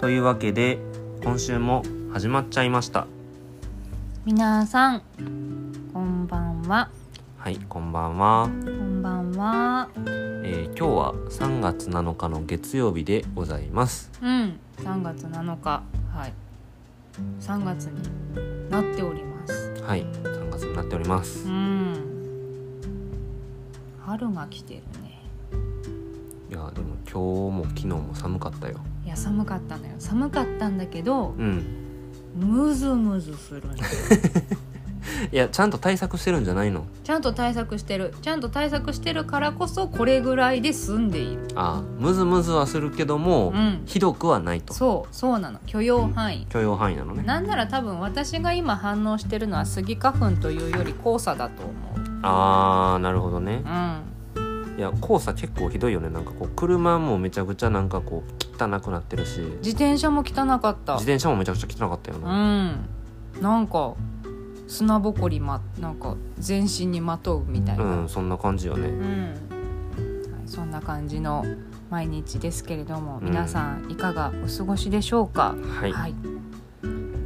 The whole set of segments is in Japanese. というわけで今週も始まっちゃいました皆さんこんばんははいこんばんは、こんばんはえー今日は3月7日の月曜日でございますうん3月7日はい3月になっておりますはい3月になっておりまうすん春が来てるねいやでも今日も昨日も寒かったよいや寒かったのよ寒かったんだけどうんムズムズするのよいやちゃんと対策してるんじゃないのちゃんと対策してるちゃんと対策してるからこそこれぐらいで済んでいるあームズムズはするけども、うんひどくはないとそうそうなの許容範囲許容範囲なのねなんなら多分私が今反応してるのはスギ花粉というより黄砂だと思うあーなるほどねういや黄砂結構ひどいよねなんかこう車もめちゃくちゃなんかこう汚くなってるしん自転車も汚かった自転車もめちゃくちゃ汚かったような、んなんか砂ぼこりまなんか全身にまとうみたいなうん、そんな感じようねんはい、そんな感じの毎日ですけれどもうん皆さんいかがお過ごしでしょうか、はい、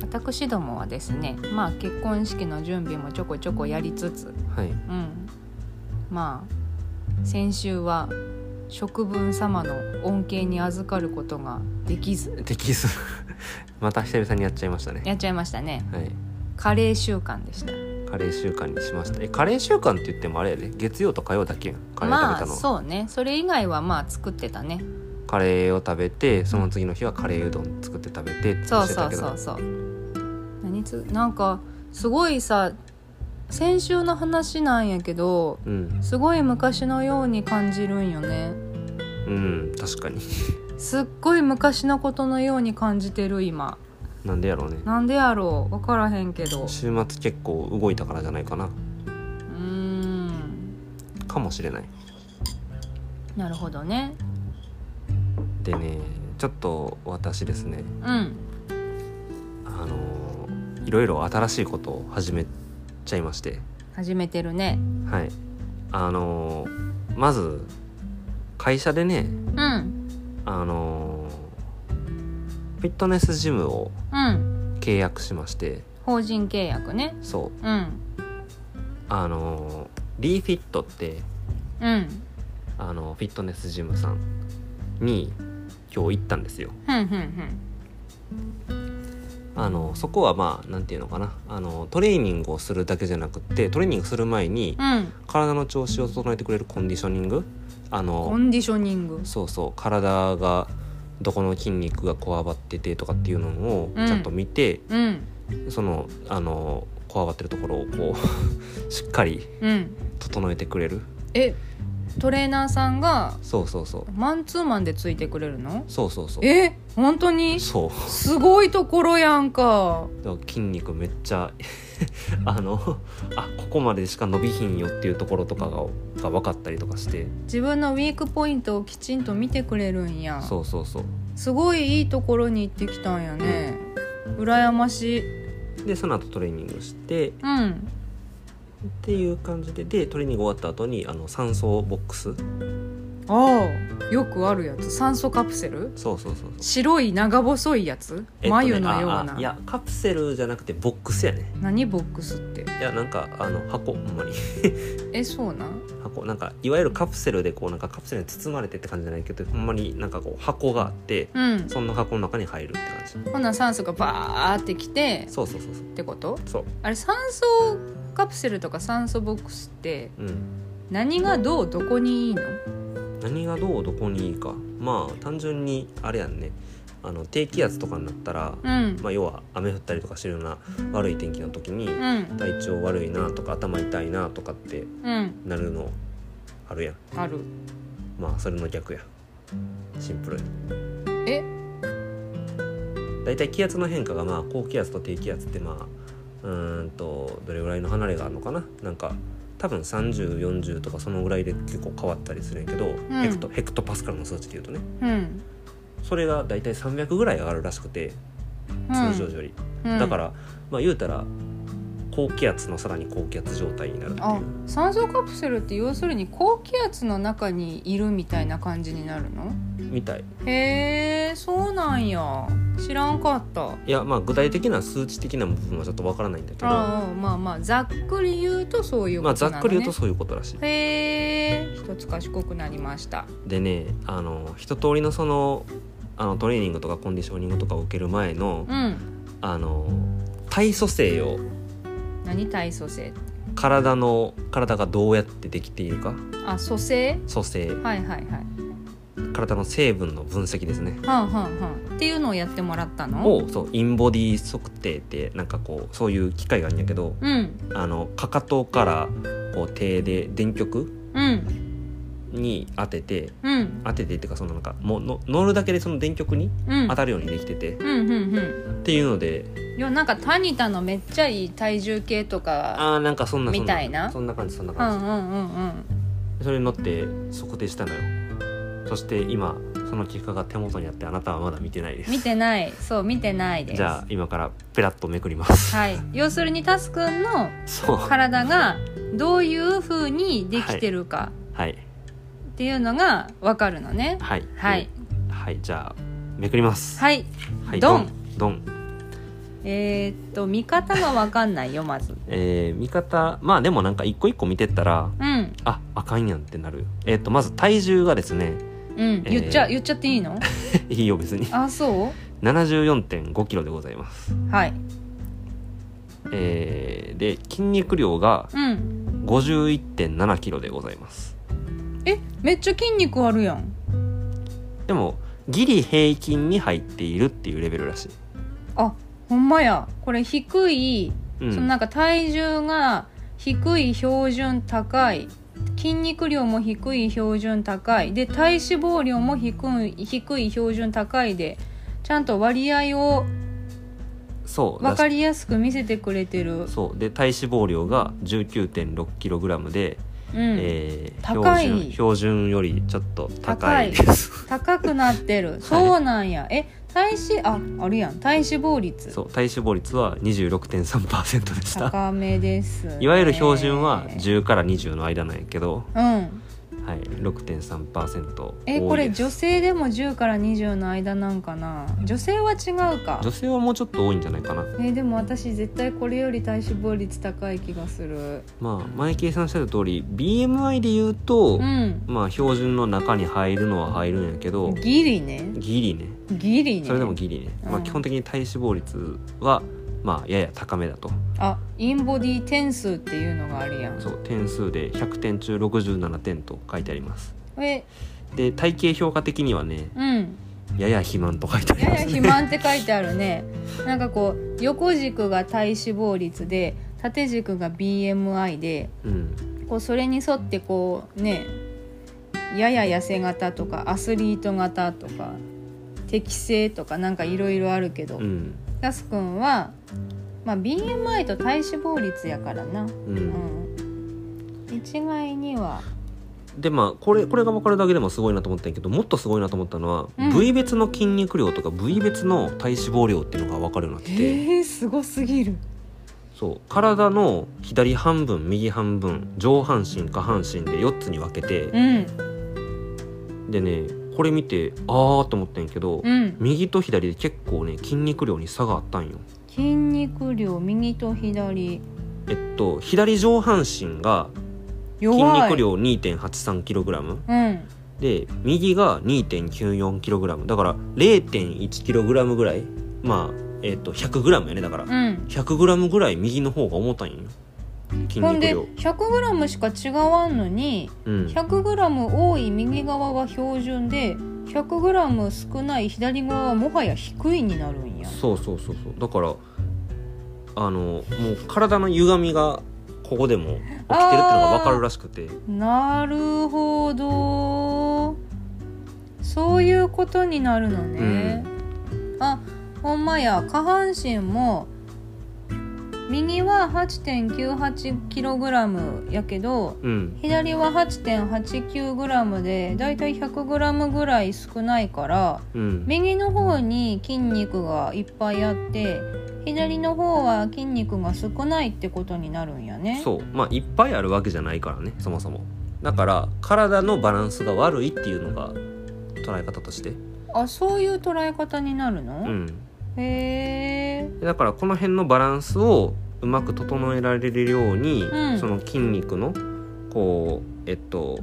私どもはですねまあ結婚式の準備もちょこちょこやりつつはい、うんまあ先週は食分様の恩恵に預かることができずできず また久々にやっちゃいましたねやっちゃいましたねはいカレー習慣でしたカレー習慣にしましたえカレー習慣って言ってもあれやで月曜と火曜だけやんカレー食べまたあの、そうねそれ以外はまあ作ってたねカレーを食べてその次の日はカレーうどん作って食べてってそうしてそたうけどそうそう何つなんかすごいさ先週の話なんやけどうんすごい昔のように感じるんよねうん確かにすっごい昔のことのように感じてる今なんでやろうねなんでやろう分からへんけどう週末結構動いたからじゃないかなーんかもしれないなるほどねでねちょっと私ですねうんあのーいろいろ新しいことを始めちゃいまして始めてるねはいあのーまず会社でねうんあのーフィットネスジムをうん契約しまして法人契約ねそううんあのーリーフィットってうんあのフィットネスジムさんに今日行ったんですよふんふんふんあのそこはまあなんていうのかなあのトレーニングをするだけじゃなくってトレーニングする前にうん体の調子を整えてくれるコンディショニングあコのンディショニングそうそう体がどこの筋肉がこわばっててとかっていうのをちゃんと見て、うんそのあのこわばってるところをこう しっかりうん整えてくれるえトレーナーさんがそうそうそうマンツーマンでついてくれるのそうそうそうえ本当にそすごいところやんかうだから筋肉めっちゃ あのあここまでしか伸びひんよっていうところとかがが分かったりとかして自分のウィークポイントをきちんと見てくれるんやそうそうそうすごいいいところに行ってきたんやね羨ましいでその後トレーニングしてっうんていう感じででトレーニング終わった後にあの酸素ボックスああよくあるやつ酸素カプセルそうそうそうそう白い長細いやえつ、っとね眉のようあなあいやカプセルじゃなくてボックスやね何ボックスっていやなんかあの箱ほんまにえそうなん箱なんかいわゆるカプセルでこうなんかカプセルに包まれてって感じじゃないけどほんまになんかこう箱があってうんその箱の中に入るって感ほな酸素がバーってきてじそうそうそうそうってことそうあれ酸素カプセルとか酸素ボックスってうん何がどうどこにいいの何がどうどこにいいかまあ単純にあれやんねあの低気圧とかになったら、うんまあ、要は雨降ったりとかしてるような悪い天気の時に、うん体調悪いなとか頭痛いなとかってうんなるのあるやんあるまあそれの逆やシンプルにえ大体気圧の変化がまあ高気圧と低気圧ってまあうーんとどれぐらいの離れがあるのかななんか多分3040とかそのぐらいで結構変わったりするんやけど、んヘクトヘクトパスカルの数値でいうとねうんそれが大体300ぐらい上がるらしくてうん通常より、うんだからまあ言うたら高気圧のさらに高気圧状態になるっていあう酸素カプセルって要するに高気圧の中にいるみたいな感じになるのみたいへえそうなんやう知らんかったいやまあ具体的な数値的な部分はちょっとわからないんだけどああまあまあざっくり言うとそういうまこあとざなの、ねっくり言うとそういうことらしい。へえ一つ賢くなりましたでねあの一通りのそのあのトレーニングとかコンディショニングとかを受ける前のうんあの体組成を何体組成体の体がどうやってできているかあ組成組成はいはいはい体の成分の分析ですねはんはんはんっていうのをやってもらったのをそうインボディ測定ってなんかこうそういう機械があるんやけどうんあのかかとからこう手で電極うんに当ててうん当ててっていうかそのなんかもうの乗るだけでその電極にうん当たるようにできてて、うんうんうんっていうのでいやなんかタニタのめっちゃいい体重計とかああなんかそんなそんみたいなそんな感じそんなうん感うんうんうんじそれに乗って測定したのよそして今その結果が手元にあってあなたはまだ見てないです見てないそう見てないですじゃあ今からペラッとめくりますはい要するにタスくんのそう体がどういうふうにできてるかはいっていうのがわかるのねはいはいはいじゃあめくりますはいはいドンドンドンえーっと見方がわかんないよまずえー、見方まあでもなんか一個一個見てったらうんああかんやんってなるえっ、とまず体重がですね うんえー言っちゃ、言っちゃっていいのいいよ別にあそ74.5キロでございますうはいえー、で筋肉量がうん51.7キロでございますえめっちゃ筋肉あるやんでもギリ平均に入っているっていうレベルらしい、あほんまやこれ低い、うん、そのなんか体重が低い標準高い筋肉量も低い標準高いで体脂肪量も低い低い標準高いでちゃんと割合をそう分かりりやすく見せてくれてる、そうで体脂肪量が 19.6kg で、うんえー高い標準標準よりちょっと高いです高くなってる、そうなんやえ体脂ああるやん体脂肪率 そう体脂肪率は26.3%でした高めです、いわゆる標準は10から20の間なんやけど、うんはい、6.3%えこ多いれです女性でも10から20の間なんかな女性は違うか女性はもうちょっと多いんじゃないかなえでも私絶対これより体脂肪率高い気がするまあ前計算してた通り BMI で言うと、うんまあ標準の中に入るのは入るんやけどギリねギリねギリねそれでもギリね、まうあん基本的に体脂肪率はまあやや高めだとあインボディ点数っていうのがあるやんそう点数で100点中67点と書いてありますえで体型評価的にはねうんやや肥満と書いてありやまやす肥ね満って書いてあるねなんかこう横軸が体脂肪率で縦軸が BMI で うんこうそれに沿ってこうねやや痩せ型とかアスリート型とか適正とかなんかいろいろあるけど、うんガス君は、まあ、BMI と体脂肪率やからな、ううんん、一概にはでまあこれこれが分かるだけでもすごいなと思ったんやけどもっとすごいなと思ったのは、うん部位別の筋肉量とか部位別の体脂肪量っていうのが分かるようになっててえー、すごすぎるそう体の左半分右半分上半身下半身で4つに分けてうんでねこれ見てああと思ったんやけど、うん右と左で結構ね筋肉量に差があったんよ筋肉量右と左えっと左上半身が筋弱い肉量 2.83kg うんで右が 2.94kg だから 0.1kg ぐらいまあえっと 100g やねだからうん、 100g ぐらい右の方が重たいんよ筋ほん肉で量 100g しか違わんのにうん 100g 多い右側は標準で 100g 少ない左側はもはや低いになるんやそうそうそうそうだからあのもう体の歪みがここでも起きてるっていうのが分かるらしくてなるほどそういうことになるのね、あほんまや下半身も右は 8.98kg やけどうん左は 8.89g でだいたい 100g ぐらい少ないからうん右の方に筋肉がいっぱいあって左の方は筋肉が少ないってことになるんやね。そうまあいっぱいあるわけじゃないからねそもそもだから体のバランスが悪いっていうのが捉え方としてあそういう捉え方になるの、うんへえだからこの辺のバランスをうまく整えられるように、うんその筋肉のこうえっと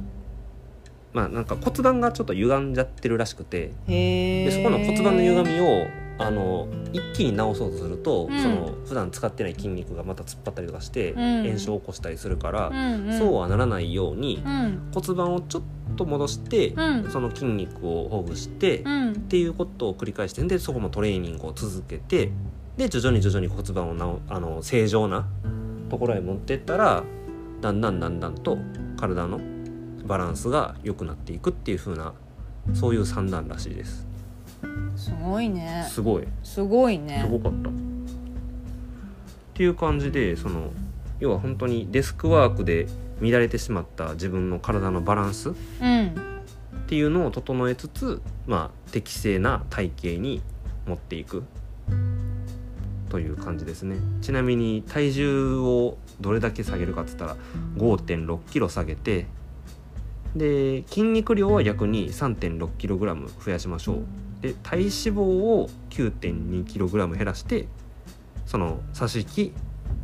まあなんか骨盤がちょっと歪んじゃってるらしくてへえでそこの骨盤の歪みをあの一気に直そうとすると、うんその普段使ってない筋肉がまた突っ張ったりとかして、うん炎症を起こしたりするから、うんうん、そうはならないように、うん骨盤をちょっと戻して、うんその筋肉をほぐして、うっんていうことを繰り返してでそこもトレーニングを続けてで徐々に徐々に骨盤をなおあの正常なところへ持ってったらだんだんだんだんと体のバランスが良くなっていくっていう風なそういう三段らしいです。すごいねすごいすごいねすごかった。っていう感じでその要は本当にデスクワークで乱れてしまった自分の体のバランスうんっていうのを整えつつ、まあ、適正な体型に持っていくという感じですねちなみに体重をどれだけ下げるかって言ったら5 6キロ下げてで筋肉量は逆に3 6キログラム増やしましょうで体脂肪を9 2キログラム減らしてその差し引き、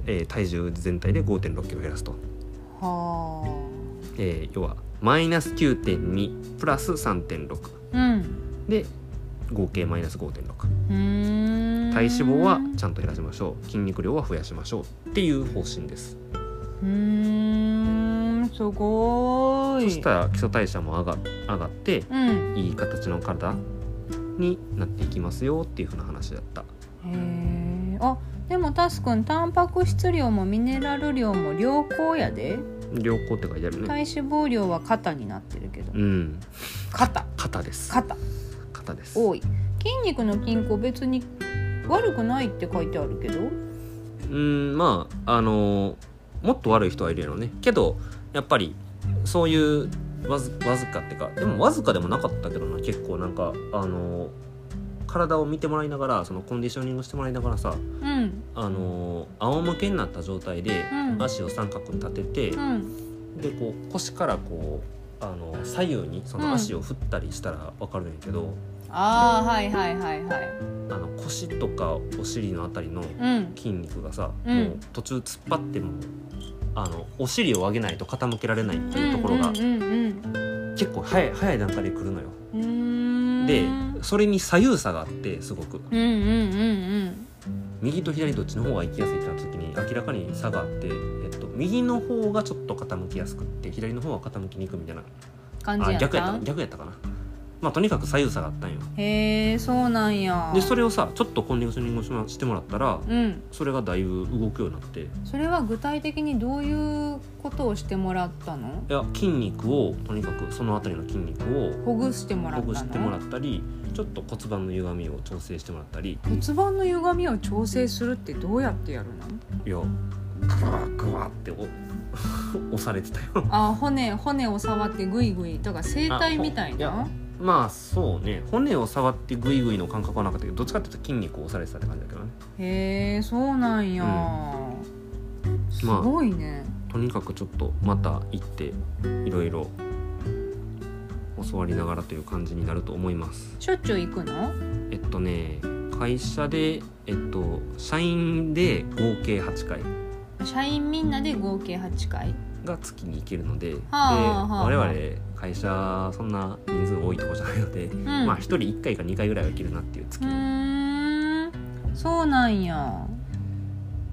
えー体重全体で5 6キロ減らすと。はえー要はマイナス9.2プラス3.6あうんで合計マイナス5.6うーん体脂肪はちゃんと減らしましょう筋肉量は増やしましょうっていう方針ですうーんすごいそしたら基礎代謝も上が上がってうんいい形の体になっていきますよっていうふうな話だったへえあでもタスくんタンパク質量もミネラル量も良好やで良好って書いてある体ね脂肪量は肩になってるけどうん肩肩です肩肩です多い筋肉の均衡別に悪くないって書いてあるけどうんまああのもっと悪い人はいるよねけどやっぱりそういうわずわずかってかでもわずかでもなかったけどな結構なんかあの体を見てもらいながらそのコンディショニングしてもらいながらさうんあの仰向けになった状態でうん足を三角に立てて、うんでこう腰からこうあの左右にその足を振ったりしたら分かるんやけど、ああはいはいはいはいあの腰とかお尻のあたりのうん筋肉がさ、うもんう途中突っ張ってもあのお尻を上げないと傾けられないっていうところがうんうんうん結構早い早い段階で来るのよ。うんうーんでそれに左右差があってすごくうんうんうん右と左どっちの方が行きやすいってなった時に明らかに差があって、えっと、右の方がちょっと傾きやすくって左の方は傾きにくいみたいなうん感じあやっ逆やったた逆やったかな。まあとにかく左右差があったんよ。へえそうなんやでそれをさちょっとコンディショニングをしましてもらったらうんそれがだいぶ動くようになってそれは具体的にどういうことをしてもらったのいや筋肉をとにかくその辺りの筋肉をほぐしてもらったほのぐしてもらったりちょっと骨盤の歪みを調整してもらったり骨盤の歪みを調整するってどうやってやるのいやグワグワってお 押されてたよ あ骨骨を触ってグイグイだから整体みたいなまあそうね骨を触ってグイグイの感覚はなかったけどどっちかっていうと筋肉を押されてたって感じだけどねへえそうなんや、すごいね、とにかくちょっとまた行っていろいろ教わりながらという感じになると思いますしょっちゅう行くのえっとね会社でえっと社員で合計8回社員みんなで合計8回が月に行けるので,、あはあはあで我々会社そんな人数多いとこじゃないので、うんまあ1人1回か2回ぐらいは行けるなっていうう月に、ーんそうなんや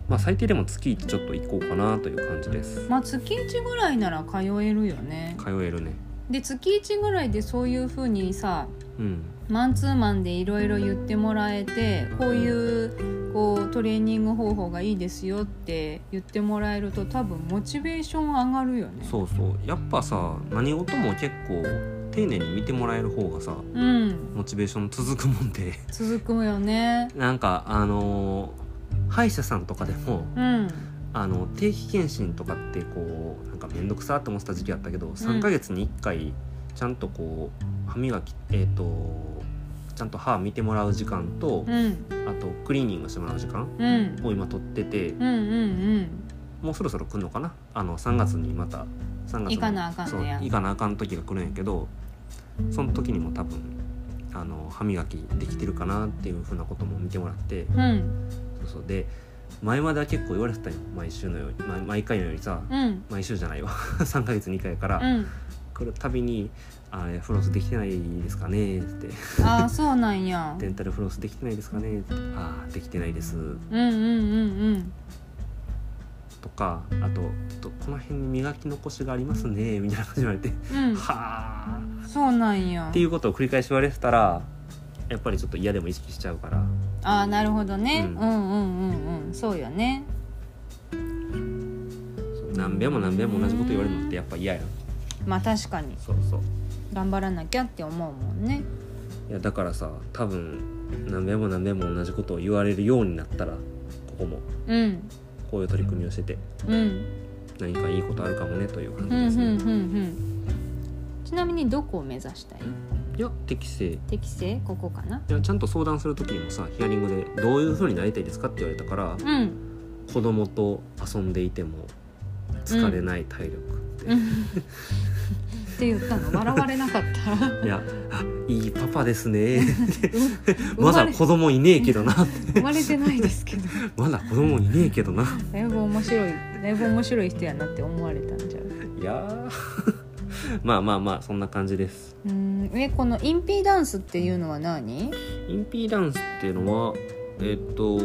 まあ最低でも月1ちょっと行こうかなという感じですまあ月1ぐらいなら通えるよね通えるねで月1ぐらいでそういうふうにさうんマンツーマンでいろいろ言ってもらえてこういうこうトレーニング方法がいいですよって言ってもらえると多分モチベーション上がるよね。そうそうやっぱさ何事も結構丁寧に見てもらえる方がさうん、モチベーション続くもんで続くよね。なんかあのー歯医者さんとかでもうん、あの定期検診とかってこうなんか面倒くさって思ってた時期あったけど3ヶ月に1回ちゃんとこう歯磨きえっ、とちゃんと歯見てもらう時間とうん、あとクリーニングしてもらう時間うん、うん、を今取っててうん、うん、もうそろそろ来るのかなあの3月にまた3月の行かなあかんねやそう行かなあかん時が来るんやけどその時にも多分あの歯磨きできてるかなっていうふうなことも見てもらってうんそうそうで前までは結構言われてたよ毎週のように、ま、毎回のようにさうん毎週じゃないわ3 ヶ月に1回やから、うん来るたびに「あれフロスできてないですかね」ってああそうなんや「デンタルフロスできてないですかね」って「ああできてないです」うんうんうんとかあとと「この辺に磨き残しがありますね」みたいな感じで言われてうん「うんはあ」そうなんやっていうことを繰り返し言われてたらやっぱりちょっと嫌でも意識しちゃうからああなるほどね、うんうんうんうんうんそうよねそう何遍も何遍も同じこと言われるのってやっぱ嫌やんまあ確かにそうそう頑張らなきゃって思うもんねいやだからさ多分何遍も何遍も同じことを言われるようになったらここもうんこういう取り組みをしててうん何かいいことあるかもねという感うじんうでんすうね、んうんちなみにどこを目指したいいや適正い適正ここかなやちゃんと相談する時にもさヒアリングでどういう風になりたいですかって言われたからうん子供と遊んでいても疲れない体力って、うんって言ったの笑われなかった らいやあいいパパです ね生ままだれ子供いねえけどな生まれてないですけどまだ子供いねえけどな。だいぶ面白いだいぶ面白い人やなって思われたんじゃ ういやー まあまあまあそんな感じです。うんえこのインピーダンスっていうのは何インピーダンスっていうのはえっと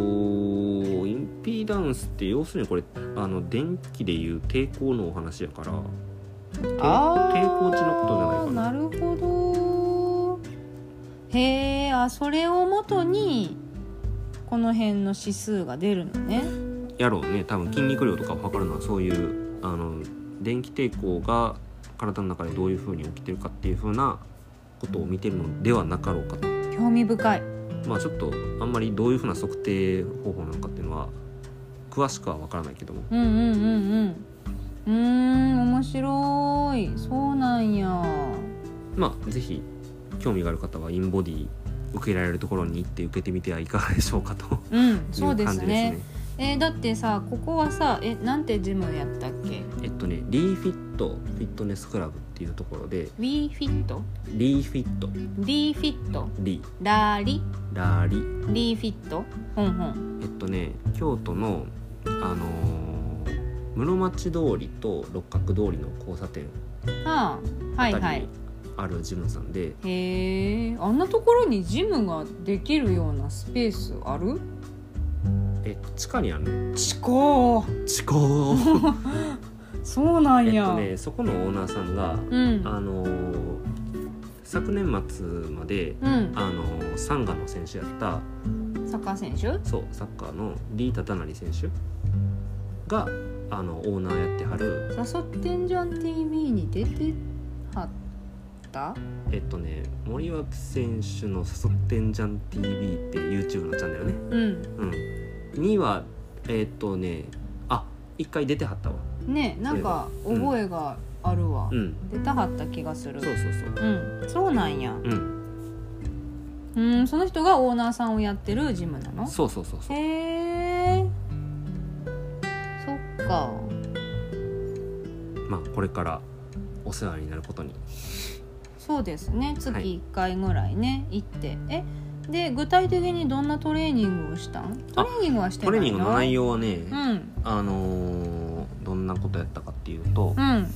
インピーダンスって要するにこれあの電気でいう抵抗のお話やから抵あー抵抗値のことじゃないかな。るほどへえあそれをもとにこの辺の指数が出るのねやろうね多分筋肉量とかを測るのはそういうあの電気抵抗が体の中でどういうふうに起きてるかっていうふうなことを見てるのではなかろうかと。興味深いまあちょっとあんまりどういうふうな測定方法なのかっていうのは詳しくは分からないけどもうんうんうんうんうーん面白いそうなんやまあぜひ興味がある方はインボディ受けられるところに行って受けてみてはいかがでしょうかといううん感じそうですでねすねえーだってさここはさえなんてジムやったっけえっとねリーフィットフィットネスクラブっていうところで w e f i t リーフィット d f i t リラーリラーリ d f i t ほんほんえっとね京都のあのー室町通りと六角通りの交差点ああはあいたはりいにあるジムさんで、へえあんなところにジムができるようなスペースあるえ地下にあるね地下地下そうなんえっや、とね、そこのオーナーさんが、うんあのー昨年末まで、うんあのーサンガの選手やったサッカー選手そうサッカーのリー・タタナリ選手があのオーナーやってはる誘ってんじゃん TV に出てはったえっとね森脇選手の「誘ってんじゃん TV」っていう YouTube のチャンネルね、うんうん、にはえっとねあ一回出てはったわねなんか覚えがあるわ、うん出たはった気がするそうそうそううんそうなんやうんうんその人がオーナーさんをやってるジムなのそうそうそうそうへえそっかまあこれからお世話になることにそうですね月1回ぐらいね、行ってえで具体的にどんなトレーニングをしたんトあレーニングはしてトなレいーのニングの内容はね、うんあのーどんなことやったかっていうと、うん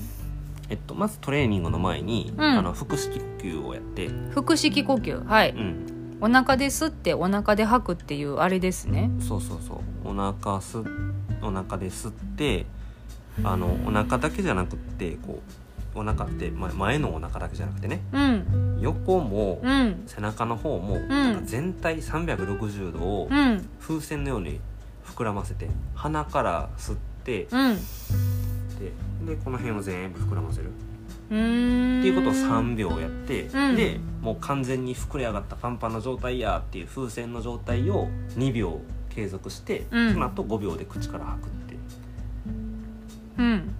えっと、まずトレーニングの前に、んあの腹式呼吸をやって、腹式呼吸はい、うん、お腹で吸ってお腹で吐くっていうあれですねそうそうそうお腹すお腹で吸ってあのお腹だけじゃなくってこうお腹って前前のお腹だけじゃなくてねうん横もうん背中の方も、なんか全体360度をうん風船のように膨らませて鼻から吸ってうんうででこの辺を全部膨らませる。ーんっていうことを3秒やって、うんでもう完全に膨れ上がったパンパンの状態やっていう風船の状態を2秒継続して、うんその後5秒で口から吐くっうん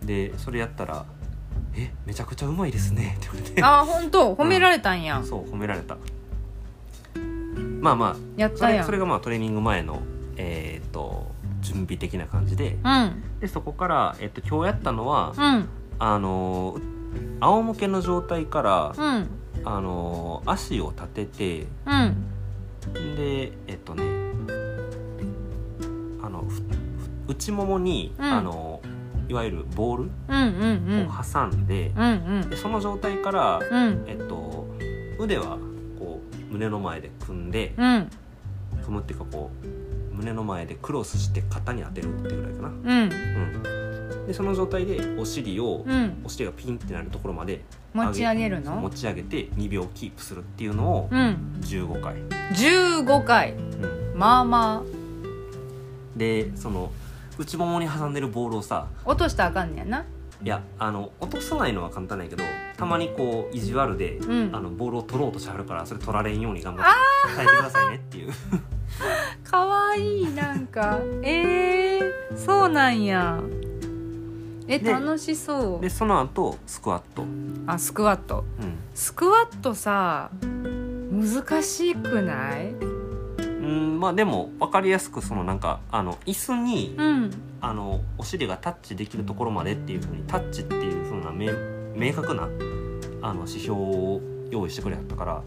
てでそれやったら「えめちゃくちゃうまいですね」って言わあ本当褒められたんや、れてそう褒められたまあまあやっそたれやんそれがまあトレーニング前のえーっと準備的な感じでうんでそこから、えっと今日やったのは、うんあのー仰向けの状態からうんあの足を立てうんてでえっとねあのふふ内ももに、うんあのいわゆるボールうんうんうをん挟んで,、うんうんでその状態から、うんえっと、腕はこう胸の前で組んで、うん組むっていうかこう胸の前でクロスして肩に当てるっていうぐらいかな、うんうん、でその状態でお尻を、うんお尻がピンってなるところまで持ち上げる持のち上げて2秒キープするっていうのをうん15回、 15回うんまあまでその内ももに挟んでるボールをさあ落としたらあかんねやないやあの落とさないのは簡単なんやけどたまにこう意地悪で、うんあのボールを取ろうとしてはるからそれ取られんように頑張って耐えてくださいねっていうかわいいなん かえー、そうなんやえで楽しそでうその後スクワット、うん、あスクワットスクワットさ難しくないうんまあでも分かりやすくそのなんかあの椅子にうんあのお尻がタッチできるところまでっていうふうにタッチっていうふうな明明確なあの指標を用意してくれはったから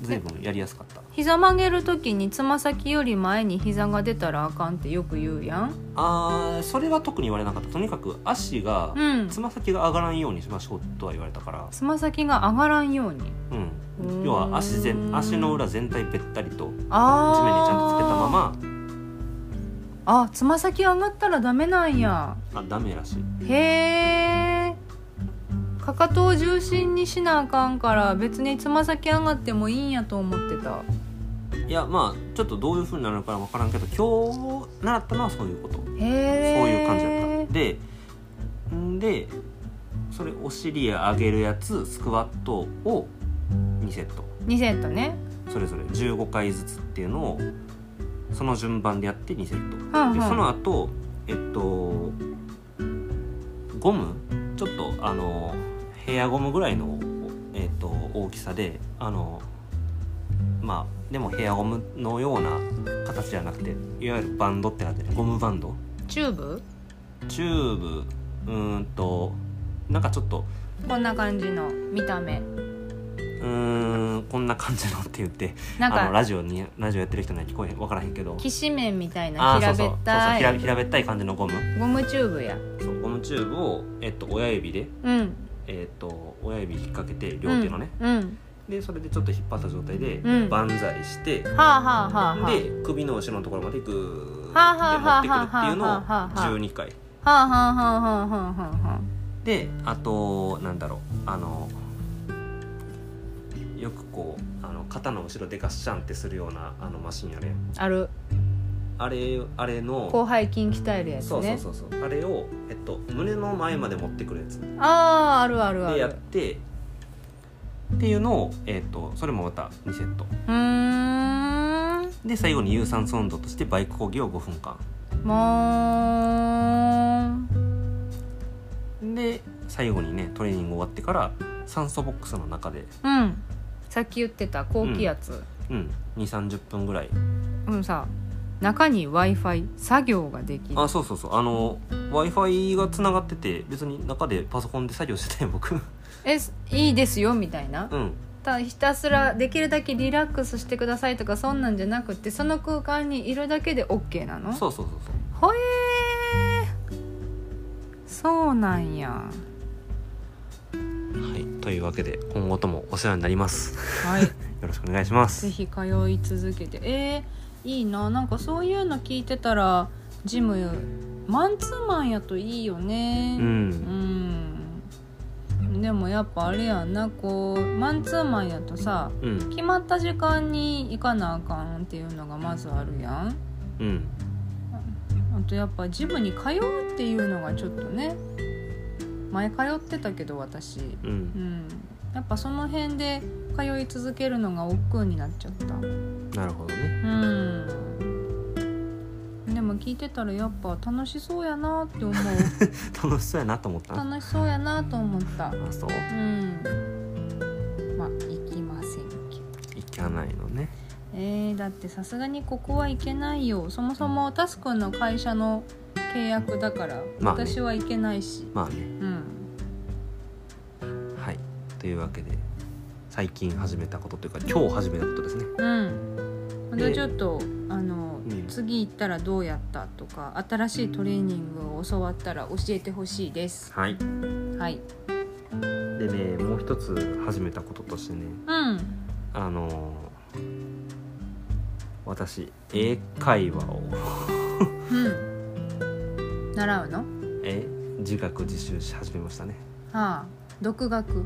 随分やりやすかった膝曲げる時につま先より前に膝が出たらあかんってよく言うやんあーそれは特に言われなかったとにかく足がうんつま先が上がらんようにしましょうとは言われたから、つま先が上がらんようにうん、要は足全足の裏全体べったりと地面にちあーゃんとつけたままあつま先上がったらダメなんやあダメらしいへえかかとを重心にしなあかんから別につま先上がってもいいんやと思ってたいやまあちょっとどういうふうになるのか分からんけど今日習ったのはそういうことそうへえいう感じだったでんでそれお尻上げるやつスクワットを2セット2セットねそれぞれ15回ずつっていうのをその順番でやって2セットはんではんその後えっとゴムちょっとあのヘアゴムぐらいの、えっと、大きさであのまあでもヘアゴムのような形じゃなくていわゆるバンドってなってるゴムバンドチューブチューブうーんとなんかちょっとこんな感じの見た目うーんこんな感じのって言ってなんあのかラジオにラジオやってる人には聞こえへん分からへんけどきしめんみたいあなーそ平うそべうそっうそうた平べい平べったい感じのゴムゴムチューブやそうゴムチューブを、えっと、親指でうんえー、と親指引っ掛けて両手のね、うんでそれでちょっと引っ張った状態でうん万歳して、うんはあはあはあはあで首の後ろのところまでグはーあって持ってくるっていうのはあはあはあはあはあを12回はあはあはあはあはあはあはあであとなんだろうあのよくこうあの肩の後ろでガッシャンってするようなあのマシンあれあるあれあれの広背筋鍛えるやつねそうそうそうそうあれを、えっと、胸の前まで持ってくるやつあああるあるあでやっるてっていうのを、えっと、それもまた2セット。うーんで最後に有酸素運動としてバイク講義を5分間もで最後にねトレーニング終わってから酸素ボックスの中で、ううんさっき言ってた高気圧うん、2 3 0分ぐらいうん、さ中に w i f i 作業ができるあそうそうそうあの w i f i がつながってて別に中でパソコンで作業してたよ僕えすいいですよみたいなうんたひたすらできるだけリラックスしてくださいとかそんなんじゃなくてその空間にいるだけで OK なのそうそうそうそうほえーそうなんやはいというわけで今後ともお世話になりますはいよろしくお願いしまぜすひ通い続けてえー、いいななんかそういうの聞いてたらジムマンツーマンやといいよねううんんでもやっぱあれやんなこうマンツーマンやとさうん決まった時間に行かなあかんっていうのがまずあるやんうんあとやっぱジムに通うっていうのがちょっとね前通ってたけど私ううんんやっぱその辺で通い続けるのが億劫になっちゃったなるほどねうんでも聞いてたらやっぱ楽しそうやなって思う楽しそうやなと思ったな楽しそうやなと思ったあそううんまあ行きませんけどいかないのねえー、だってさすがにここはいけないよそもそもタスくんの会社の契約だからまあね私はいけないし、まあねうんはいというわけで最近始めたことというか今日始めたことですねうんまたちょっとあの、うん次行ったらどうやったとか新しいトレーニングを教わったら教えてほしいですはいはいでねもう一つ始めたこととしてねうんあのー私英会話 をうん習うのえ自学自習し始めましたねはあ独学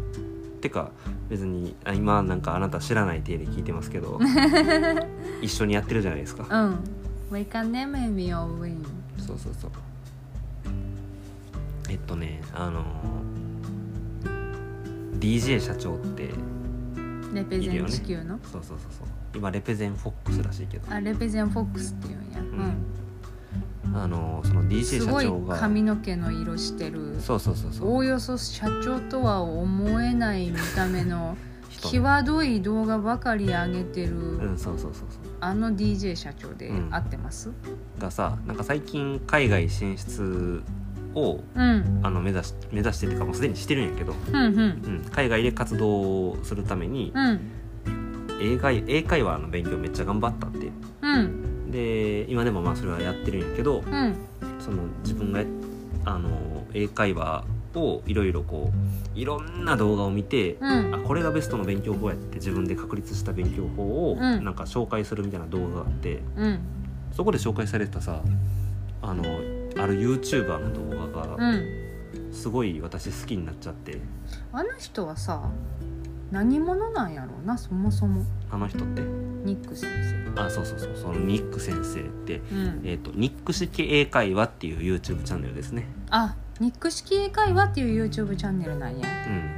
てか別にあ今なんかあなた知らない体で聞いてますけ ど一緒にやってるじゃないですかうんウェイカンネメミオウィンそうそうそうえっとねあのー DJ 社長ってレペいるゼよンね地球のそうそうそうそう今レペゼンフォックスらしいけどあレペゼンフォックスっていうんや、うん、あのーその DJ す社ごい長が髪の毛の色してるそうそうそうおそおうよそ社長とは思えない見た目の人ね際どい動画ばかり上げてる、うんそうそうそうそうあの DJ 社長でうん合ってますがさなんか最近海外進出をうんあの目指し目指してっていうかもうすでにしてるんやけど、うんうんうん、海外で活動をするためにうん英会英会話の勉強めっちゃ頑張ったってうんで今でもまあそれはやってるんやけどうんその自分がやあの英会話をいろいろこういろんな動画を見て、うんあこれがベストの勉強法やって自分で確立した勉強法をんなんか紹介するみたいな動画があって、うんそこで紹介されてたさあのある YouTuber の動画うがんすごい私好きになっちゃってあの人はさ何者なんやろうなそもそもあの人ってニック先あそうそうそうそのニック先生って、生うんえー、とニック式英会話っていう YouTube チャンネルですね、あニック式英会話っていう YouTube チャンネルなんや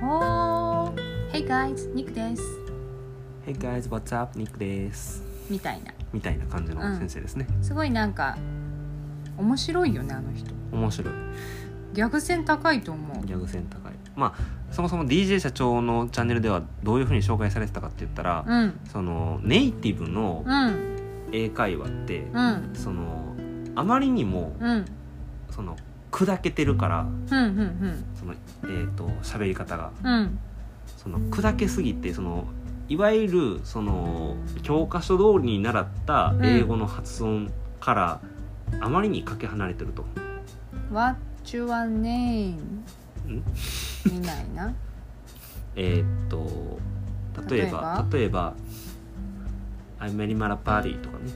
うん、おー Hey guys ニックです Hey guys what's up ニックですみたいなみたいな感じの先生ですね、すごいなんか面白いよねあの人面白い逆線高いと思うギャグ線高いまあそもそも DJ 社長のチャンネルではどういうふうに紹介されてたかって言ったら、うんそのネイティブのうん英会話って、うんそのあまりにもうんその砕けてるからうんうんそのえっ、と喋り方がうんうんその砕けすぎてそのいわゆるその教科書通りに習った英語の発音からあまりにかけ離れてると、 What's your name? 見ないなえーっと例えば例えば「I'm メリマラパーティー」とかね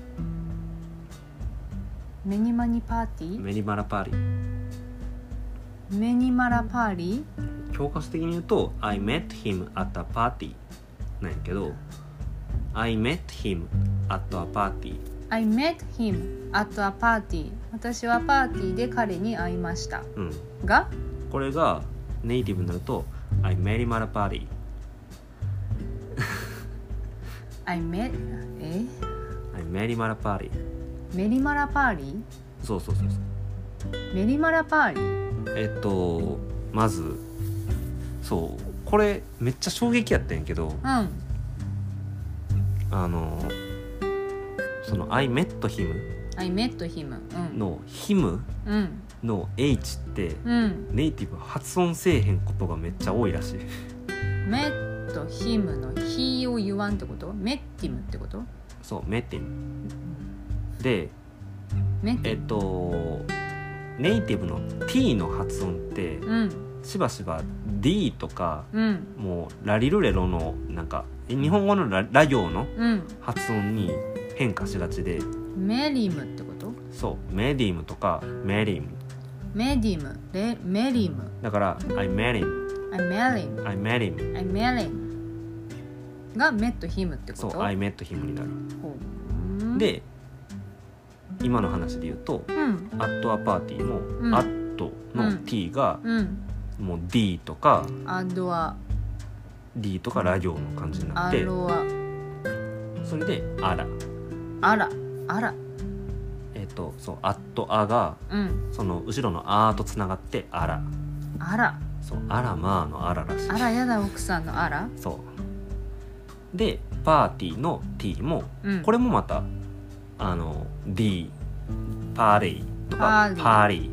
メニマニパーテ「ィーメリマラパーティメニマラパーリー」ー教科書的に言うと「I met him at a party」なんやけど「I met him at a party I met him at a party 私はパーティーで彼に会いました」うんがこれがネイティブになると「I メリマラパーティー」 I met え「I メリマラパーティーメリマラパーリ」そうそうそうそうーメリマラパーリーえっとまずそうこれめっちゃ衝撃やったんやけどうんあのその「I met him」 I met him うんの「him」うんの「h」ってうんネイティブ発音せえへんことがめっちゃ多いらしいメットヒムの「ヒ」を言わんってことメッティムってことそう「メティン」でメッテえィっムとネイティブの「t」の発音ってうんしばしば「d」とかうんもう「ラリルレロ」のなんか日本語のララ行のうん発音に変化しがちでメリムってことそう「メディム」とか「メリムメディムレメリム」だから「I met him」 I met「him I met him」 I met him がメットヒムってこそとう「I met him」になるほうで今の話で言うとうんアットアパーティーも、んアットの T が、うんもう D とかアドア D とかラ行の感じになっアてロアそれであらアラアラえっ、とそうアットアがうんその後ろのアーとつながってあらアラそうあらまあのあららしいアラやだ奥さんのアラそうでパーティーの T も、うんこれもまたあの D パーリーとかパパーーリ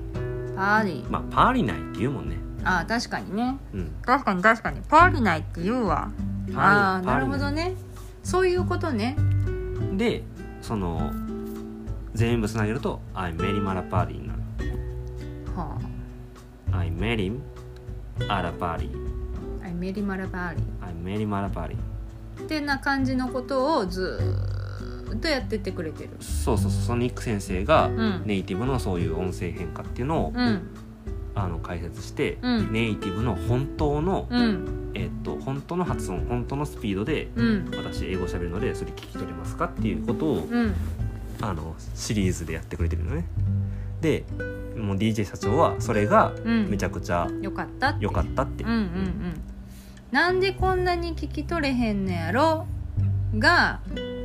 ーパーリーまあパーリーないって言うもんねあー確かにねうん確かに確かにパーリーないって言うわああいっぱいなあんるねほんどねそういうことねでその全部つなげると「I met him at a party」になるは「I met him at a party」あ I met him at a party 「I met him at a party ってな感じのことをずーっとやってってくれてる」そうそうそうソニック先生がんネイティブのそういう音声変化っていうのを、うんあの解説して、うんネイティブの本当の、うんえっと本当の発音本当のスピードでうん私英語喋るのでそれ聞き取れますかっていうことをうんあのシリーズでやってくれてるのね。でもう DJ 社長はそれがうんめちゃくちゃよかったって良かったって。うんうんうんなんでこんなに聞き取れへんのやろが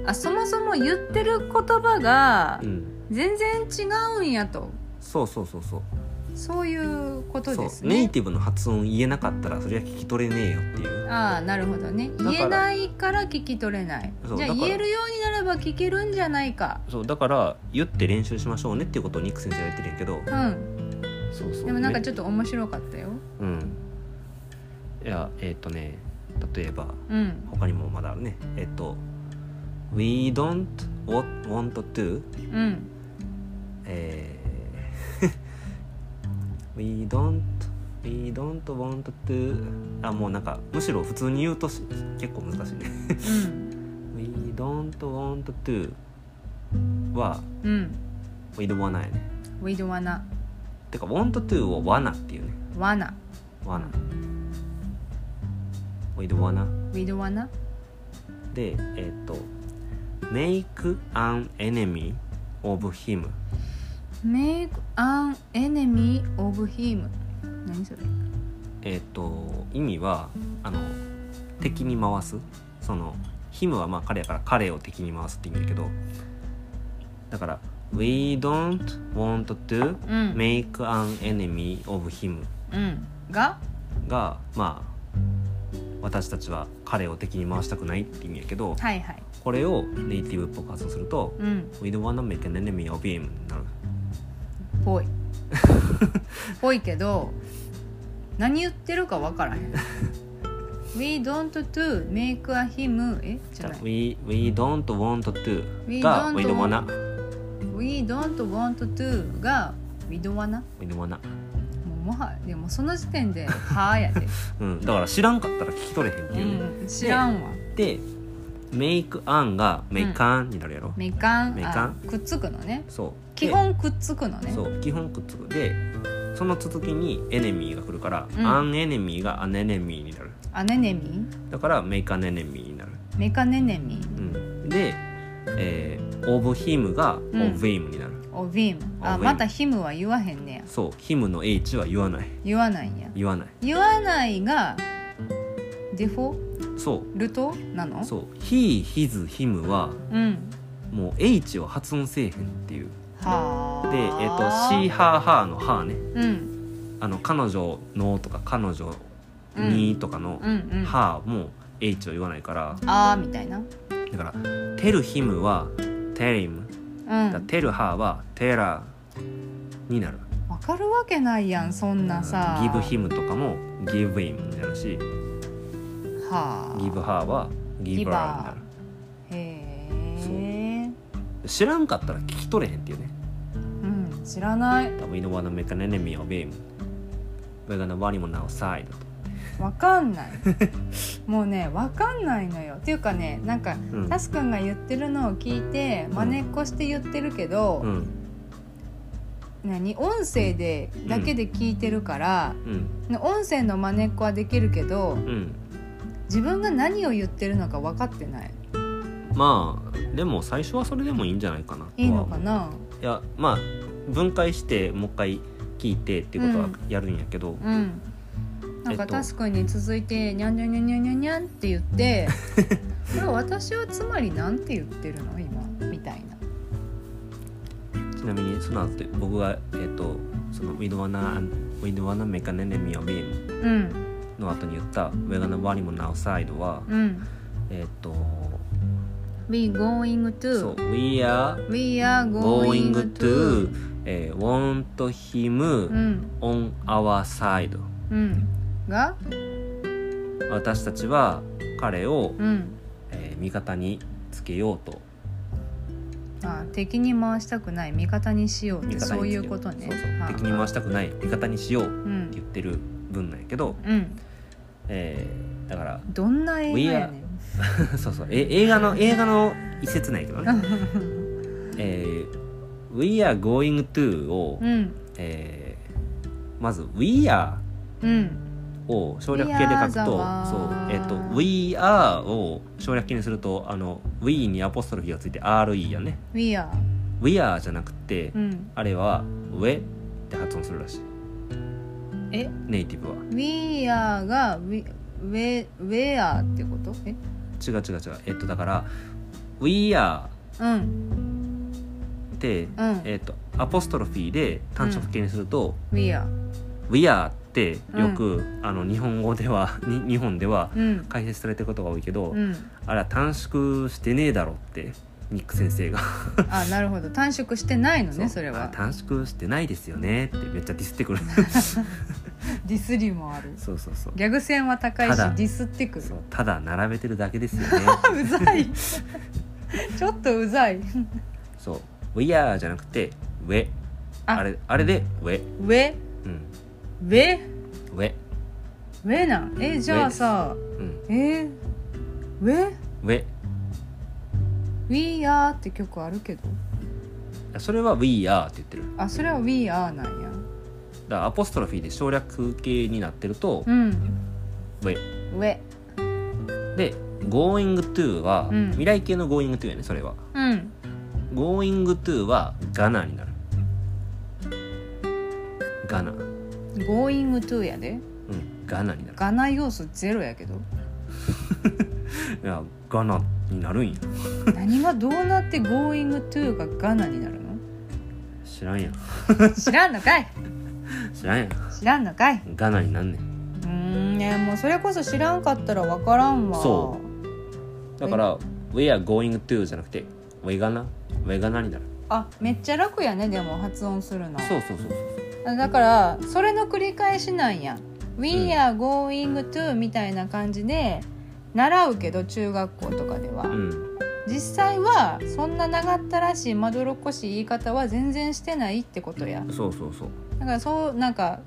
あそもそも言ってる言葉がうん全然違うんやとそうそうそうそうそういうことですネイねティブの発音言えなかったらそれは聞き取れねえよっていうああなるほどねら言えないから聞き取れないそうじゃあだから言えるようになれば聞けるんじゃないかそうだから言って練習しましょうねっていうことをニック先生が言ってるんやけどうんそうそうでもなんかねちょっと面白かったようんいやえっ、とね例えばうん他にもまだあるねえっ、と「We don't want want to うん」えー We don't We don't want to あもうなんかむしろ普通に言うとし結構難しいねうん We don't want to はうん We don't wanna やね。 We don't wanna てか want to を wanna っていうね。 wanna wanna。We don't wanna。 We don't wanna で、えっ、と make an enemy of him。 Make an enemy of him 何それえっ、と意味はあの敵に回す。その him はまあ彼やから彼を敵に回すって意味だけど。だから We don't want to うん、 make an enemy of him。うん、ががまあ私たちは彼を敵に回したくないって意味やけどはいはいこれをネイティブっぽく発音するとうん「We don't wanna make an enemy of him」になる ぽいぽいけど何言ってるかわからへ ん We don't do make a him えじゃない「We, we don't want to」 We が「don't We don't wanna」 We don't want to が We don't wanna 「We don't wanna もうもはでもその時点ではあ やで、」うん、だから知らんかったら聞き取れへんっていうね、うん、知らんわで「make an」が「make an」になるやろ、メカンメカあくっつくのねそう基本くっつくのでねそう基本くっつくでその続きに「エネミー」が来るから「うん an enemy」が「an enemy」になるアネネミだから「make an enemy」になるメカネネミうんで、えー、オブヒムがオんブイムになる、おビームあ Of him またヒムは言わへんねやそうヒムの H は言わない言わないんや言わない言わないがデフォそルトなのうそうヒーヒズヒムはうんもう H を発音せえへんっていうはあでえっ、とシーハーハーのハーねうんあの彼女のとか彼女うんにとかのうんうんハーも H を言わないからあーみたいなだからテルヒムはテリムうんだテルハーはテラになるわかるわけないやんそんなさギブヒムとかもギブイムになるしはあギブハーはギギバーになバるへえ知らんかったら聞き取れへんっていうねうん知らない多分 We don't wanna make an enemy of him We're gonna worry him on our side わかん ないもうねわかんないのよっていうかねなんかうんタスくんが言ってるのを聞いて真似っこして言ってるけど、うん何音声でだけで聞いてるから、うん音声の真似っこはできるけどうん自分が何を言ってるのか分かってないまあでも最初はそれでもいいんじゃないかなとはいいのかないやまあ分解してもう一回聞いてっていうことはうんやるんやけど、うんなんえかっとタスくんに続いて「にゃんにゃんにゃんにゃんにゃんにゃん」って言って これ私はつまりなんて言ってるの今みたいなちなみにその後で僕がえっ、とその We don't wanna We don't wanna make an enemy of him うんの後に言った We're gonna worry him on our side は、うんえっ、と「We going そう to We are」 「We are going going to to」えー want う him ん on our side うんが私たちは彼を、うんえー味方につけようとあ敵に回したくない味方にしようっ味て方そうにつけいようことねそうそうはあ敵に回したくない味方にしようってうん言ってる文なんやけど、うんえーだから どんな映画やねんそうそうえ映画の映画の一節なんや けどねえー「We are going to」を、うんえーまず「We are うん」を省略形で書く We are the と world そう、えーと「We are」を省略形にするとあの「We」にアポストロフィーがついて「RE」やね「We are 「We are」じゃなくて、」うんあれは「We」って発音するらしいえネイティブは。 「We are」が「We we- Where」ってことえ違う違う違うえっとだから「We are うん」って、うんえっとアポストロフィーで単色形にすると「We are 「We are」ってよく、あの日本語では に日本では」うん解説されてることが多いけど、うんあれは短縮してねえだろってニック先生があなるほど短縮してないのうねそれあは短縮してないですよねってめっちゃディスって くるディスりもあるそうそうそうギャグ線は高いしただディスってくるそうただ並べてるだけですよねうざ いちょっとうざいそう「We are」じゃなくて「We」ああれあれで「We」ウェうんウェ「We」ウェなんえじゃあさうんえー、ウェ「We」 We are って曲あるけどそれは「We are」って言ってるあそれは We are なんやだからアポストロフィーで省略形になってるとうん「we ウェ」で「going to」は、うん未来形の「going to」やねそれはうん「going to」は「ガナ」になる「ガナ」う Going to やでん「ガナ」になるガナ要素ゼロやけどいや「ガナ」になるんや何がどうなって Going to がガナになるの知らんやん知らんのかい知らんやん知らんのかいガナになんねんうーんねもうそれこそ知らんかったらわからんわそだから「we are going to」じゃなくて「we gonna」「we gonna」になるあめっちゃ楽やねでも発音するのそうそうそうそうあだからそれの繰り返しなんや「We are going to」みたいな感じで習うけど中学校とかでは、うん実際はそんな長ったらしいまどろっこしい言い方は全然してないってことやそうそうそうだからそうなんか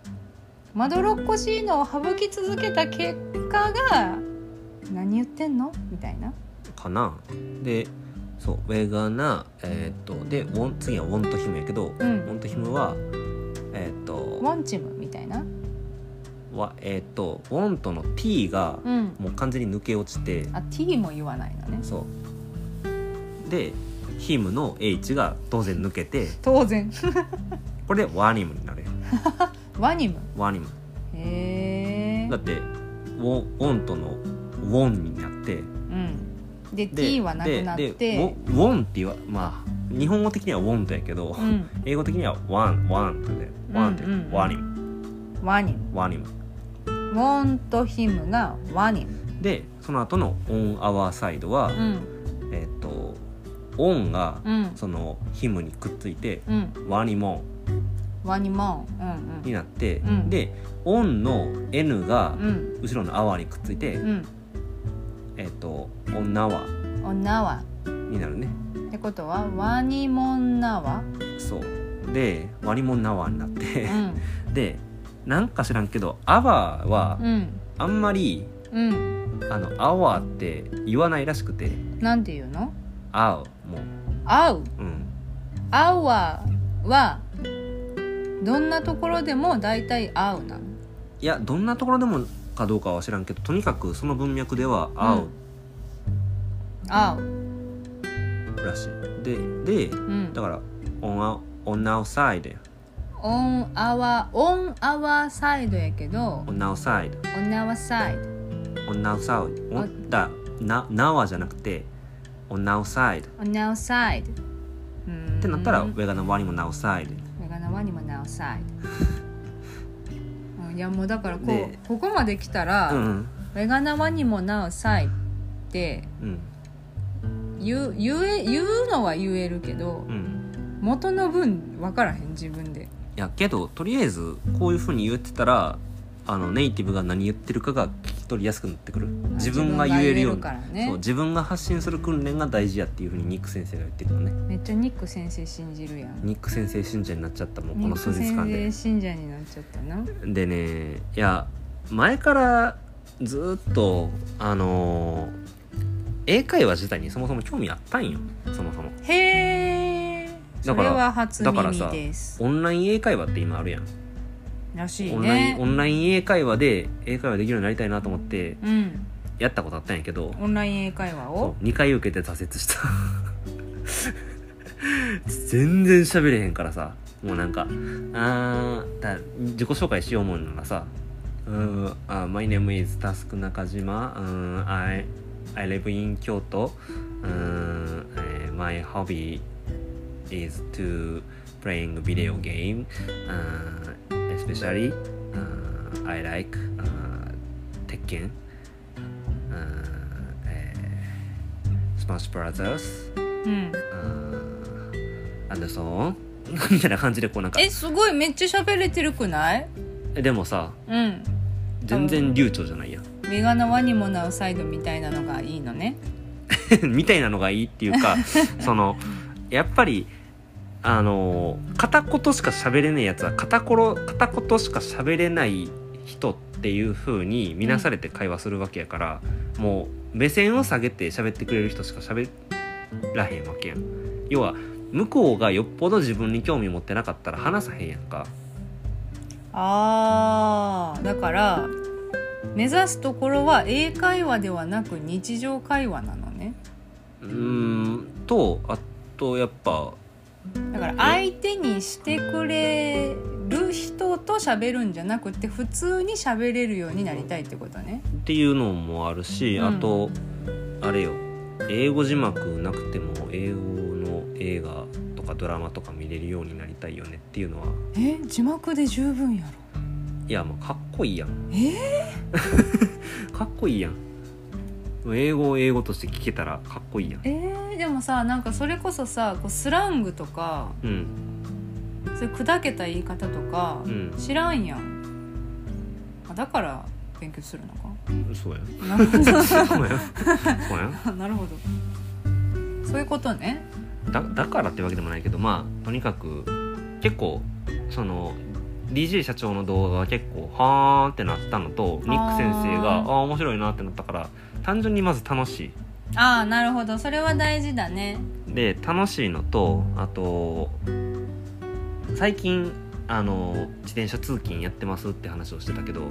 まどろっこしいのを省き続けた結果が「何言ってんの?」みたいなかなでそう「we gonna」えーっとでウォン次は「want him」やけど「うん want him は」えーっ「とワンチム」みたいなはえーっと「want」の「t」がうんもう完全に抜け落ちてあ T も言わないのねそうで「him」の「h」が当然抜けて当然 これで「wanim」になるよワニム「wanim」へえだって「wo- want」の「won」になってうんでで T はなくなっででて wo- won」って言わまあ日本語的には「won」やけど、うん英語的には「one」「one」ってね「one」ってうんうんうん wanim」ワニムワニムウォンとヒムがワニムでその後の「オン・アワー・サイドは」うんえっ、と「オン」がうんそのヒムにくっついてうん「ワニモワニモンン」になって、うんで「オン」の「N」がうんうん後ろの「アワー」にくっついて「うんえっ、とオン・ナワーうんおなわ」になるねってことはワニモンなわそうで「ワニモン・ナワー」になっうて、んでなんか知らんけど「アワー」はうんあんまりうん「あのアワー」って言わないらしくてなんて言うの「アウ」もう合ううん合うははどんなところでも大体合うなのいやどんなところでもかどうかは知らんけどとにかくその文脈では合合ううらしい、ででうんだから「on our, on our side」オンアワオンアワサイドやけど「on our side」オンアワサイド「on our side」おおだな「now」じゃなくて「on our side」オンアワサイドっってなったら「ウ we're gonna w a n も now side ガナワにもナオサイ ドいやもうだからこでうここまで来た」ら、うんウェガナワにもナオサイドってうん言う言え言うのは言えるけど、うんうん元の文分からへん自分でいやけどとりあえずこういうふうに言ってたらあのネイティブが何言ってるかが聞き取りやすくなってくるあ自分が言えるように自分が言えるからそうね自分が発信する訓練が大事やっていうふうにニック先生が言ってるのねめっちゃニック先生信じるやんニック先生信者になっちゃったもうこニッのク数日先間生で信者になっちゃったなでねいや前からずっとあのー英会話自体にそもそも興味あったんよそもそもへえそれは初だからさ耳ですオンライン英会話って今あるやんらしいオンラインオねンライン英会話で英会話できるようになりたいなと思ってうんやったことあったんやけどオンライン英会話を2回受けて挫折した全然喋れへんからさもうなんかあーだ自己紹介しようもんならさ「うんあ My name is タスク中島」うん「I, I live in 京都」うんえー「My hobby is to playing video game」うん「especially、うん、I like、うん、Tekken」うんえースマッシュブラザーズ、うんアンダーソン みたいな感じでこうなんかえすごいめっちゃ喋れてるくないえでもさうん全然流暢じゃないやん メガなワにもなうサイドみたいなのがいいのねみたいなのがいいっていうかそのやっぱりあの片言しか喋れないやつは片頃片言しか喋れない人っていう風に見なされて会話するわけやから、もう目線を下げて喋ってくれる人しか喋らへんわけやん要は向こうがよっぽど自分に興味持ってなかったら話さへんやんかあーだから目指すところは英会話ではなく日常会話なのねうーんとあとやっぱだから相手にしてくれる人と喋るんじゃなくて普通に喋れるようになりたいってことねっていうのもあるし、うんあとあれよ英語字幕なくても英語の映画とかドラマとか見れるようになりたいよねっていうのはえ字幕で十分やろいやまあかっこいいやんえ かっこいいやん英語を英語として聞けたらかっこいいやんえーでもさなんかそれこそさこうスラングとかうんそれ砕けた言い方とかうん知らんやんあだから勉強するのか そうやんなるほど そうやんそうやんあなるほどそういうことねだだからってわけでもないけどまあとにかく結構その DJ 社長の動画が結構はーんってなったのとニック先生がああーー面白いなってなったから単純にまず楽しああなるほどそれは大事だねいで楽しいのとあと最近あの自転車通勤やってますって話をしてたけど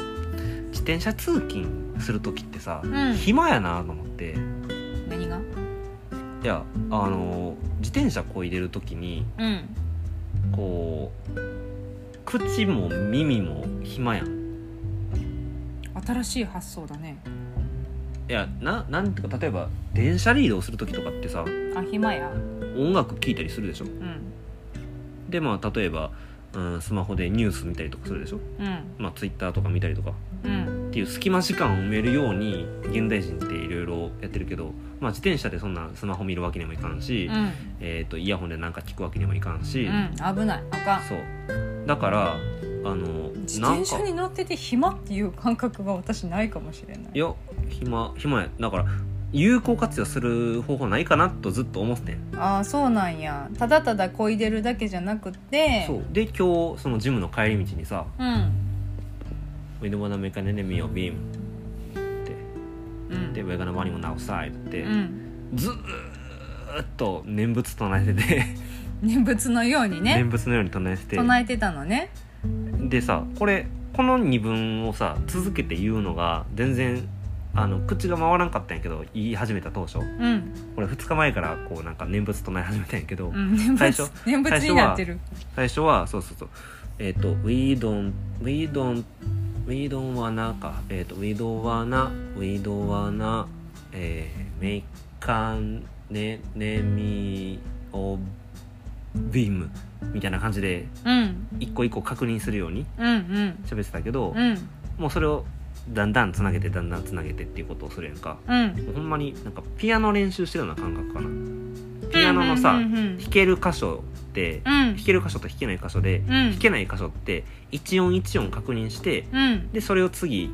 自転車通勤する時ってさ、うん暇やなと思って何がいやあの自転車こいでる時にうんこう口も耳も暇やん新しい発想だねいやななんていうか例えば電車リードをする時とかってさあ暇や音楽聴いたりするでしょうんでまあ例えば、うん、スマホでニュース見たりとかするでしょうんまあツイッターとか見たりとかうんっていう隙間時間を埋めるように現代人っていろいろやってるけど、まあ、自転車でそんなスマホ見るわけにもいかんし、うん、えー、とイヤホンでなんか聞くわけにもいかんし、うん、危ないあかんそうだからあの自なん転か車に乗ってて暇っていう感覚が私ないかもしれないいや暇暇やだから有効活用する方法ないかなとずっと思ってんああそうなんやただただこいでるだけじゃなくてそうで今日そのジムの帰り道にさうん「We don't wanna make an enemy of him」って「うんで We're gonna run him on outside」って、うんずーっと念仏唱えてて念仏のようにね 念仏のように唱えてて唱えてたのねでさこれこの二文をさ続けて言うのが全然あの口が回らんかったんやけど言い始めた当初うん、これ2日前からこうなんか念仏唱え始めたんやけど、うん、念最仏初念仏になってる最初はそうそうそうえっ、と「We don't we don't we don't wanna か」えっ、と「We don't wanna we don't wanna えー make an enemy of beam」みたいな感じでうん一個一個確認するようにうん喋ってたけど、うんうんもうそれをだんだんつなげてだんだんつなげてっていうことをするやんかうんほんまになんかピアノ練習してるような感覚かなピアノのさうんうん弾ける箇所ってう弾んける箇所と弾けない箇所でうん弾けない箇所って一音一音確認してうんでそれを次一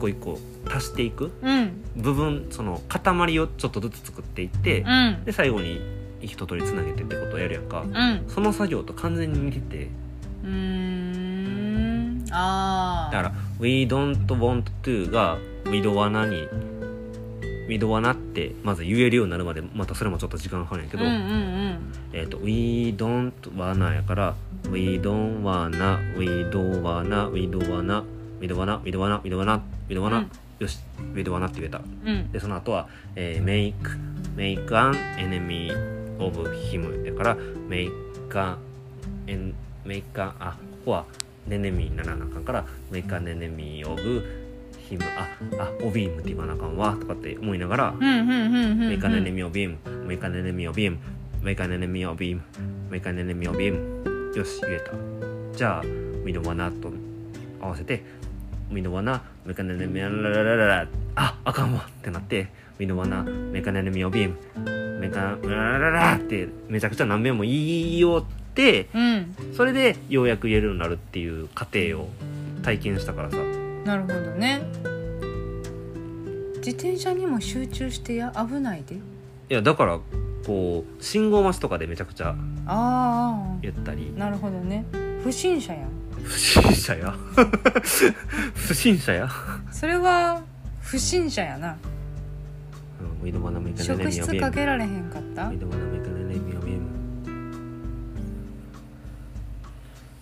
個一個足していくうん部分その塊をちょっとずつ作っていってうんで最後に一通りつなげてってことをやるやんかうんその作業と完全に似ててうーんあだあから「We don't want to」が「We don't wanna」に「We don't wanna」ってまず言えるようになるまでまたそれもちょっと時間かかるんやけど「うんうんえー、と We don't wanna」やから「We don't wanna」「We don't wanna」「We don't wanna」「We don't wanna」「We don't wanna」「We don't wanna」「We don't う wanna ん」よし「We don't wanna」って言えたうんうんでその後は、えー、make make an enemy of him だから make an en- make an あここは enemy にならなあかんから make an enemy of him ああ of him って言わなあかんわとかって思いながらうんうんうんうん make an enemy of him make an enemy of him make an enemy of him make an enemy of him よし言えたじゃあ we don't wanna と合わせて we don't wanna make an enemy ラララララああかんわってなって we don't wanna make an enemy of him make an ラララララってめちゃくちゃ何遍も言いよってうんそれでようやく言えるようになるっていう過程を体験したからさなるほどね自転車にも集中してや危ないでいやだからこう信号待ちとかでめちゃくちゃあ言ったりあなるほどね不審者やん不審者や 不審者やそれは不審者やなうん井戸学びかね職ねみよ質びかんけられへんかった井戸学びかねねみよびん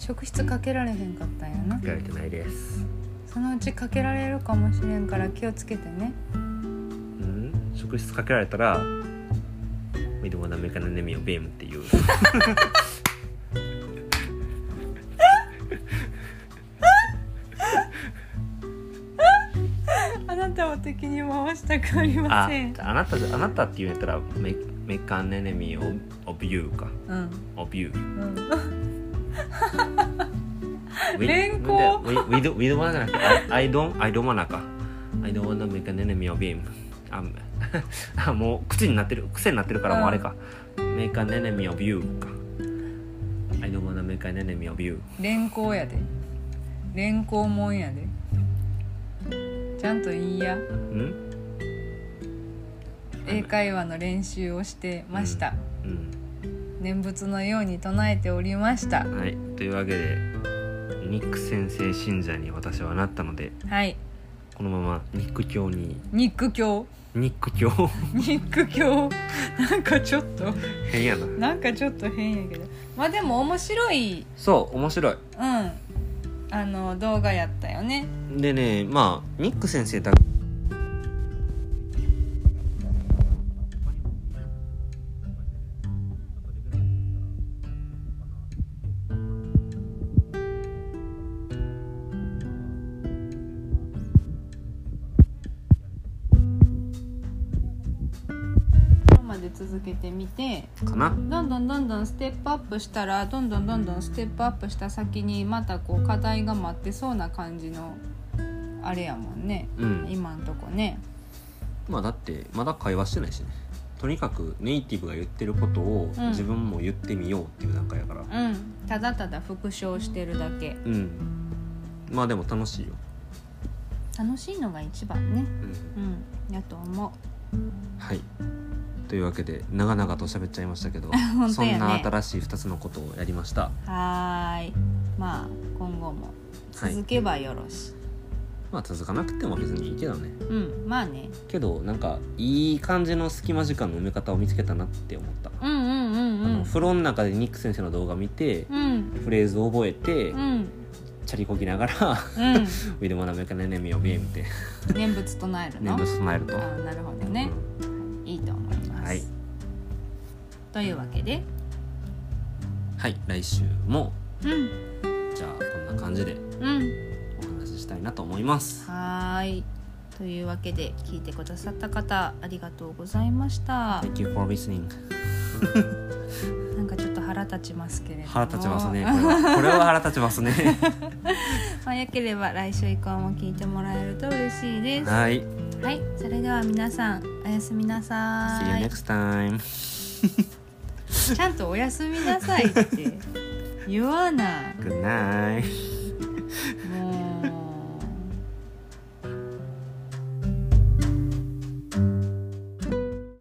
職質かけられへんかったんやなかれてないですそのうちかけられるかもしれんから気をつけてねうん職質かけられたら井戸学びかねねみよびんっていうあなたを敵に回したくありまあせんあなたあなたって言うんやったらメメカネネミオオブユーかうんオブユーうんウ ィ連行ウィウィドウィドマナじゃなくてアイドンアイドマナかアイドマナメカネネミオビームあ あもう口になってる癖になってるからもうあれかメカネネミオビューかアイドマナメカネネミオビュー連行やで連行もんやでちゃんと言いやうん英会話の練習をしてました、う念仏のように唱えておりましたんはいというわけでニック先生信者に私はなったのではいこのままニック教にニック 教ニック教 ニック教 なんかちょっと変やななんかちょっと変やけどまあでも面白いそう面白いうんあの動画やったよねでねまあニック先生だ今まで続けてみてかなどんどんどんどんステップアップしたらどんどんどんどんステップアップした先にまたこう課題が待ってそうな感じのあれやもんねうん今んとこねまあだってまだ会話してないしねとにかくネイティブが言ってることをうん自分も言ってみようっていう段階やからうんただただ復唱してるだけうん、まあでも楽しいよ、楽しいのが一番ねうん、うんやと思うはいというわけで長々と喋っちゃいましたけ ど、当やねそんな新しい2つのことをやりましたはーいまあ今後もはい続けばよろし、まあ続かなくても別にいいけどねうんまあねけどなんかいい感じの隙間時間の埋め方を見つけたなって思った、うんうんうんうあのん風呂の中でニック先生の動画見て、うんフレーズを覚えて、うんチャリこぎながら うん「ウィルマナメカネネミオビーム」って念仏唱える念の仏唱えるとあ。なるほどね、いいと思います、はいというわけではい来週もうんじゃあこんな感じでうんお話ししたいなと思いますはーいというわけで聞いてくださった方ありがとうございました、 Thank you for listening なんかちょっと腹立ちますけれども腹立ちますねこれはこれは腹立ちますねまあ、よければ来週以降も聞いてもら えると嬉しいです。ははいい、それでは皆さん、おやすみなさ See ー you い。 next time ちゃんとおやすみなさいって言わない。 Good night.